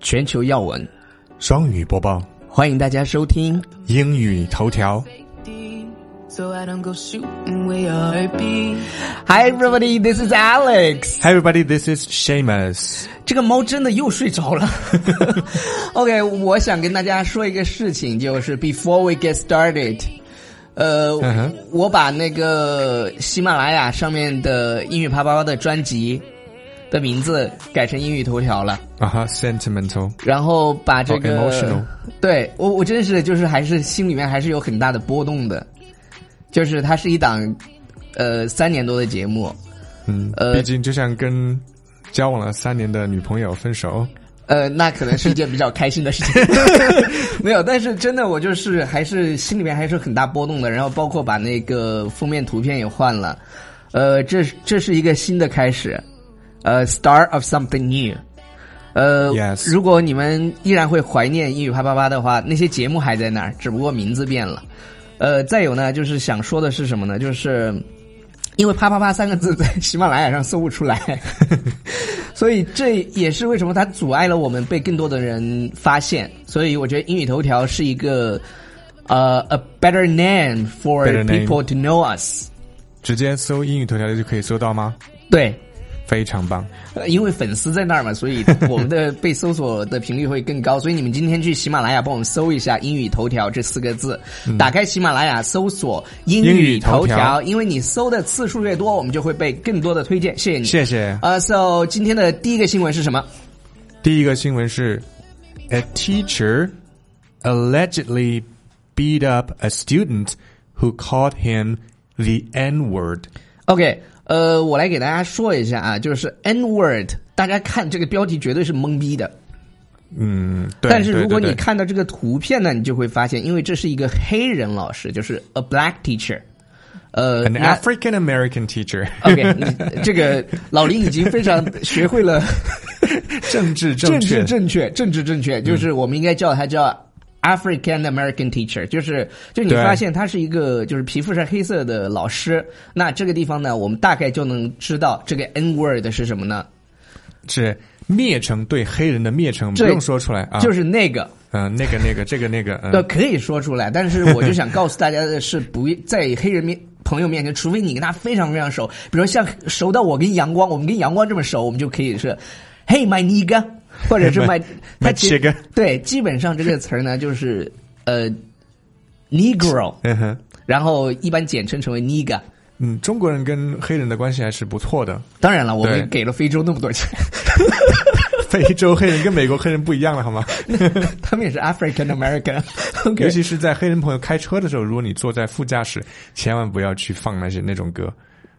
全球要闻，双语播报，欢迎大家收听。英语头条。 So I don't go shooting where your heart beats. Hi everybody, this is Alex。 Hi everybody, this is Shamus。这个猫真的又睡着了。OK，我想跟大家说一个事情，就是 Before we get started，呃嗯哼我把那个喜马拉雅上面的英语啪啪啪的专辑的名字改成英语头条了。啊哈，sentimental。然后把这个、好 emotional 对我我真是就是还是心里面还是有很大的波动的，就是它是一档呃三年多的节目，嗯，呃毕竟就像跟交往了三年的女朋友分手，呃，那可能是一件比较开心的事情，没有，但是真的我就是还是心里面还是很大波动的，然后包括把那个封面图片也换了，呃，这是这是一个新的开始，呃，start of something new。呃 Yes 如果你们依然会怀念英语啪啪啪的话，那些节目还在那儿，只不过名字变了。呃，再有呢，就是想说的是什么呢？就是因为“啪啪啪”三个字在喜马拉雅上搜不出 来，所以这也是为什么它阻碍了我们被更多的人发现。所以我觉得英语头条是一个呃、a better name for Better name people to know us。直接搜英语头条就可以搜到吗？对，非常棒。呃因为粉丝在那儿嘛， 所以我们的被搜索的频率会更高。所以你们今天去喜马拉雅帮我们搜一下“英语头条”这四个字，打开喜马拉雅搜索“英嗯英语语头头条条”，因为你搜的次数越多，我们就会被更多的推荐。谢谢你，谢谢。呃、s o 今天的第一个新闻是什么？第一个新闻是，A teacher allegedly beat up a student who called him the N word。 OK，呃，我来给大家说一下啊，就是 N word，大家看这个标题绝对是懵逼的，嗯，对。但是如果对你对对看到这个图片呢，你就会发现，因为这是一个黑人老师，就是 a black teacher，呃 An 那 African American teacher， OK，你这个老林已经非常学会了 政治正政确嗯治，正确，政治正确，就是我们应该叫他叫。African American teacher，就是就你对发现他是一个就是皮肤是黑色的老师，那这个地方呢，我们大概就能知道这个 N word 是什么呢？是蔑称对黑人的蔑称，不对用说出来啊。就是是那个，嗯、那个那个这个那个，嗯、呃，可以说出来，但是我就想告诉大家的是，不在黑人面朋友面前，除非你跟他非常非常熟，比如像熟到我跟阳光，我们跟阳光这么熟，我们就可以是，Hey my nigga，或者是 My- my，他其 my chigga 对，基本上这个词儿呢就是呃，Negro，嗯哼，然后一般简称成为 nigga。嗯，中国人跟黑人的关系还是不错的。 当然了，我对们给了非洲那么多钱， 非洲黑人跟美国黑人不一样了，好吗？他们也是 African American，OK 尤其是在黑人朋友开车的时候，如果你坐在副驾驶，千万不要去放那些那种歌，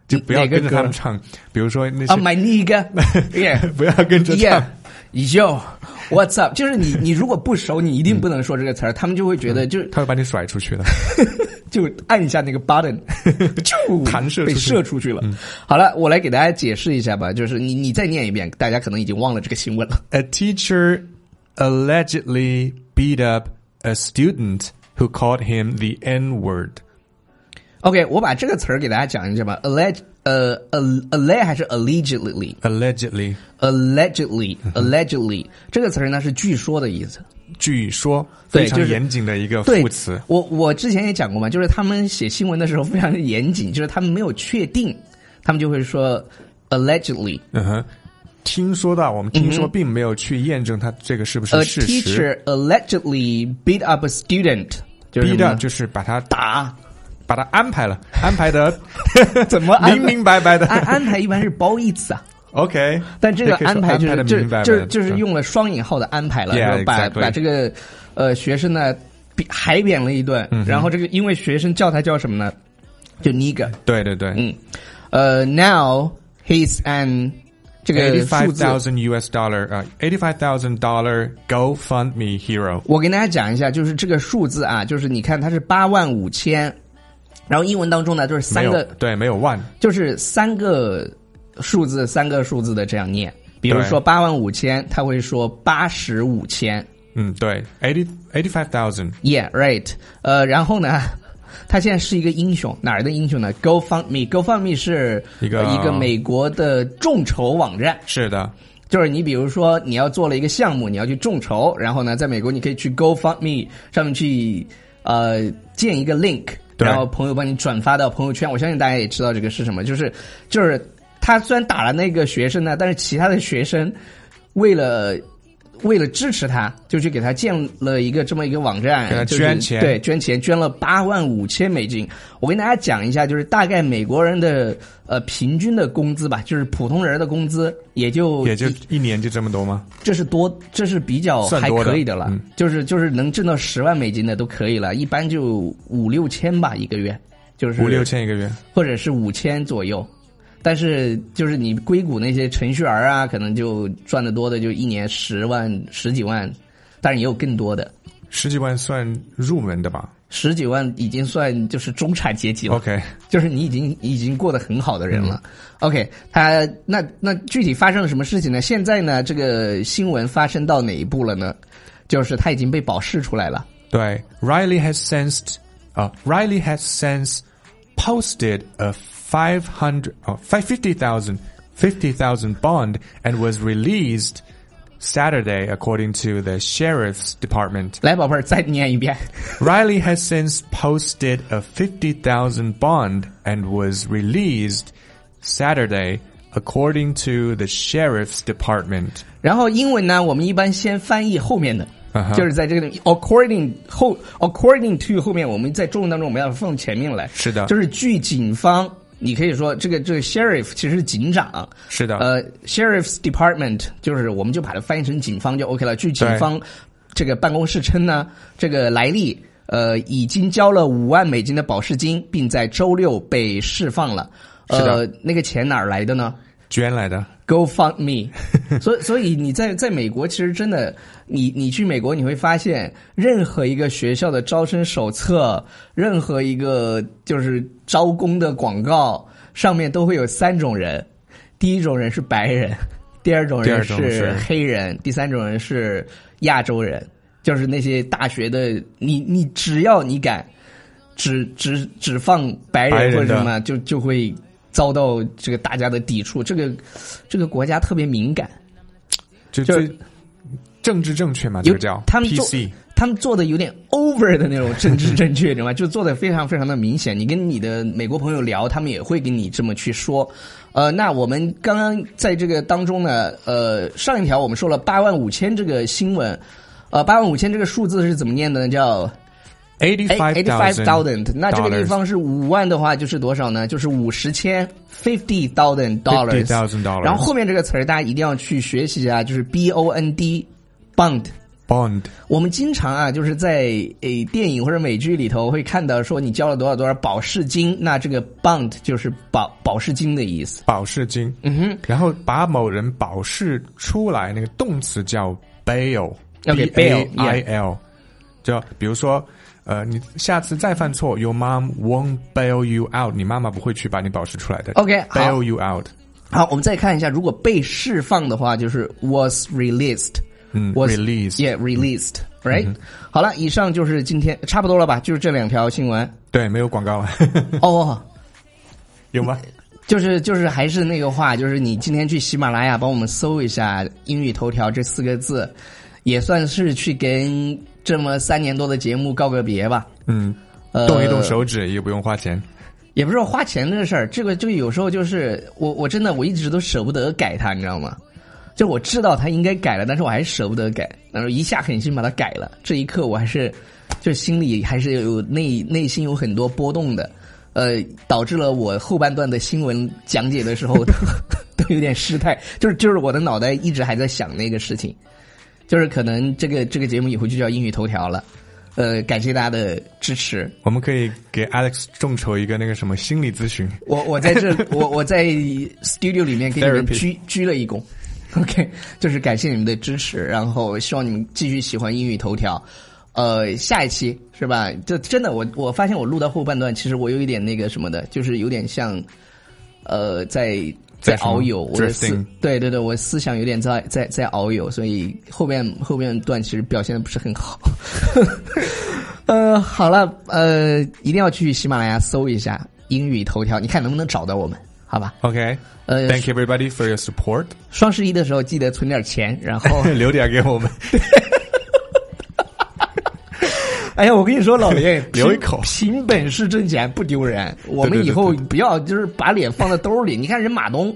就不要哪个跟着他们歌唱，比如说那些啊、my nigga，yeah。 不要跟着唱 Yeah, yo, what's up？就是你，你如果不熟，你一定不能说这个词儿，他们就会觉得就他会把你甩出去的。就按一下那个 button，就弹射出被去嗯射出去了。好了，我来给大家解释一下吧，就是你你再念一遍，大家可能已经忘了这个新闻了。 A teacher allegedly beat up a student who called him the N word。 OK，我把这个词儿给大家讲一下吧。alleg 呃 al- alleg 还是 allegedly Allegedly， allegedly allegedly 嗯这个词儿呢是据说的意思。据说对非常就是严谨的一个对副词。我我之前也讲过嘛，就是他们写新闻的时候非常的严谨，就是他们没有确定，他们就会说 allegedly。嗯哼，听说到我们听说，并没有去验证它这个是不 A 是事实。呃 teacher allegedly beat up a student，就是 beat 什么 up 呢就是把他打，打，把他安 排了，安排的怎么安排明明白白的安安排一般是褒义 词啊， OK，但这个也可以说安排就的是明就白白就的就是嗯用了双引号的安排了， Yeah，然后把 exactly 把这个呃学生呢比海扁了一顿，嗯然后这个因为学生叫他叫什么呢？就 nigger，对对对，嗯，呃，now he's an 这个 eighty 数 five 字。 thousand US dollar 啊，eighty five thousand dollar GoFundMe hero，我跟大家讲一下，就是这个数字啊，就是你看它是八万五千，然后英文当中呢就是没三有个，对，没有万，就是三个数字三个数字的这样念。比如对说八万五千，他会说八十五千嗯，对，eighty eighty five thousand， ，Yeah right。呃，然后呢， 他现在是一个英雄，哪儿的英雄呢？GoFundMe，GoFundMe 呃是一个一个美国的众筹网站。是的，就是你比如说你要做了一个项目，你要去众筹，然后呢，在美国你可以去 GoFundMe 上面去呃建一个 link，对然后朋友帮你转发到朋友圈。我相信大家也知道这个是什么，就是就是他虽然打了那个学生呢，但是其他的学生为了。为了支持他，就去给他建了一个这么一个网站，给他就是捐钱对，捐钱捐了八万五千美金。我跟大家讲一下，就是大概美国人的呃平均的工资吧，就是普通人的工资也就也就一年就这么多吗？这是多，这是比较算还多的可以的了，嗯就是就是能挣到十万美金的都可以了，一般就五六千吧一个月，就是五六千一个月，或者是五千左右。但是就是你硅谷那些程序员啊，可能就赚的多的就一年十万十几万，但是也有更多的。十几万算入门的吧十几万已经算就是中产阶级了？OK，就是你已经已经过得很好的人了。OK，他那那具体发生了什么事情呢？现在呢，这个新闻发生到哪一步了呢？就是他已经被保释出来了。对，Riley has sensed 啊、r i l e y has since posted a five hundred 啊 five fifty thousand fifty thousand bond and was released Saturday, according to the sheriff's department. 来，宝贝儿，再念一遍。 Riley has since posted a 50,000 bond and was released Saturday, according to the sheriff's department. 然后英文呢，我们一般先翻译后面的啊哈就是在这个 according 后 according to 后面，我们在中文当中我们要放前面来。是的就是据警方，你可以说这个这个 sheriff 其实是警长。是的呃，sheriff's department 就是我们就把它翻译成警方就 OK 了。据警方这个办公室称呢，这个莱利。呃，已经交了五万美金的保释金，并在周六被释放了。是的呃，那个钱哪儿来的呢？捐来的。 GoFundMe，所以所以你在在美国其实真的，你你去美国你会发现，任何一个学校的招生手册，任何一个就是招工的广告上面都会有三种人，第一种人是白人，第二种第二人种是是黑人，第三种人是亚洲人，就是那些大学的，你你只要你敢，只只只放白白人人或者的什么，就就会遭到这个大家的抵触。这个这个国家特别敏感，就就-最-政治正确嘛，有-这个叫。他们做- PC 他们做的有点 over 的那种政治正确，你知道吗？就做的非常非常的明显。你跟你的美国朋友聊，他们也会跟你这么去说。呃，那我们刚刚在这个当中呢，呃，上一条我们说了八万五千这个新闻，呃，八万五千这个数字是怎么念的呢？叫哎 eighty five $85,000 thousand。那这个地方是五万的话，就是多少呢？就是五十千 fifty thousand dollars。 $50,000 然后后面这个词儿大家一定要去学习一下，就是 b o n d bond。 bond 我们经常啊，就是在诶电影或者美剧里头会看到说你交了多少多少保释金，那这个 bond 就是保保释金的意思。保释金，嗯哼，然后把某人保释出来，那个动词叫 bail。 OK， B-A-I-L bail，yeah。就比如说，呃，你下次再犯错，your mom won't bail you out，你妈妈不会去把你保释出来的。 OK，好。 bail you out。好，我们再看一下，如果被释放的话，就是 was released。嗯 was released yeah released right、好了，以上就是今天差不多了吧，就是这两条新闻。对，没有广告了。 哦，有吗？就是就是还是那个话，就是你今天去喜马拉雅帮我们搜一下“英语头条”这四个字，也算是去跟这么三年多的节目告个别吧。嗯，呃，动一动手指也不用花钱。也不是说花钱这事儿，这个这个有时候就是我我真的我一直都舍不得改它，你知道吗？就我知道它应该改了，但是我还舍不得改，然后一下狠心把它改了。这一刻我还是就心里还是有内内心有很多波动的，呃，导致了我后半段的新闻讲解的时候都都 有点失态，就是就是我的脑袋一直还在想那个事情，就是可能这个这个节目以后就叫英语头条了，呃，感谢大家的支持。我们可以给 Alex 众筹一个那个什么心理咨询。我我在这，我我在 studio 里面给你们 Therapy 鞠鞠了一躬。OK，就是感谢你们的支持，然后希望你们继续喜欢英语头条。呃，下一期是吧？这真的，我我发现我录到后半段，其实我有一点那个什么的，就是有点像，呃，在在在什么遨游。我的思 Drifting 对对对，我思想有点在在在遨游，所以后面后面段其实表现的不是很好。 呃，好了，呃，一定要去喜马拉雅搜一下英语头条，你看能不能找到我们。好吧？ Okay. 呃 Thank you everybody for your support. 双十一的时候记得存点钱，然后留点给我们。 哎呀，我跟你说，老林 留一 口凭凭本事挣钱不丢人。我们以后对对不要就是把脸放在兜里。你看人马东，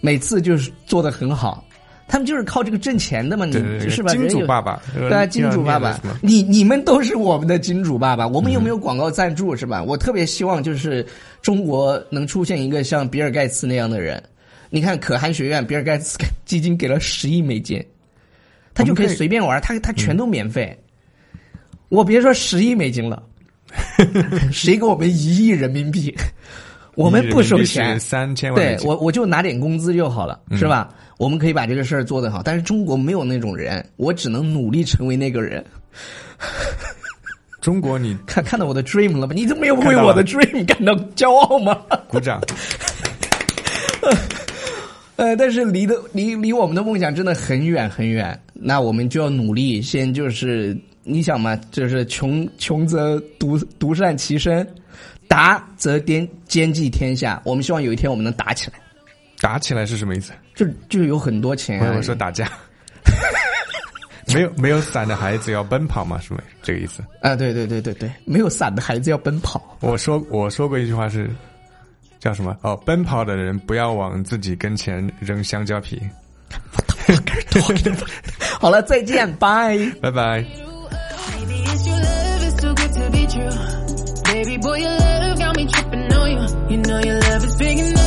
每次就是做的很好，他们就是靠这个挣钱的嘛。你对对对是吧？金主人有爸爸对啊，呃金主爸要念爸什么，嗯你你们都是我们的金主爸爸。我们又没有广告赞助是吧？我特别希望就是中国能出现一个像比尔盖茨那样的人。你看，可汗学院，比尔盖 茨基金给了十亿美金，他就可以嗯我们可以随便玩，他他全都免费。我别说十亿美金了， 谁给我们一亿人民币？ 我们不收钱，对我我就拿点工资就好了，是吧？我们可以把这个事儿做得好，但是中国没有那种人，我只能努力成为那个人。中国，你鼓掌。看看到我的 dream 了吧？你怎么又为我的 dream 感到骄傲吗？呃，但是离的离离我们的梦想真的很远很远，那我们就要努力，先就是你想嘛，就是穷穷则独独善其身，达则兼兼济天下。我们希望有一天我们能打起来，打起来是什么意思？就就有很多钱、啊。我我说打架， 没有没有伞的孩子要奔跑嘛，是不是这个意思？啊，对对对对对，没有伞的孩子要奔跑。 我说我说过一句话是叫什么？哦，奔跑的人不要往自己跟前扔香蕉皮。好了，再见，拜。拜拜。 Maybe it's your love, it's too good to be true. Baby boy, your love got me tripping on you. You know your love is big enough.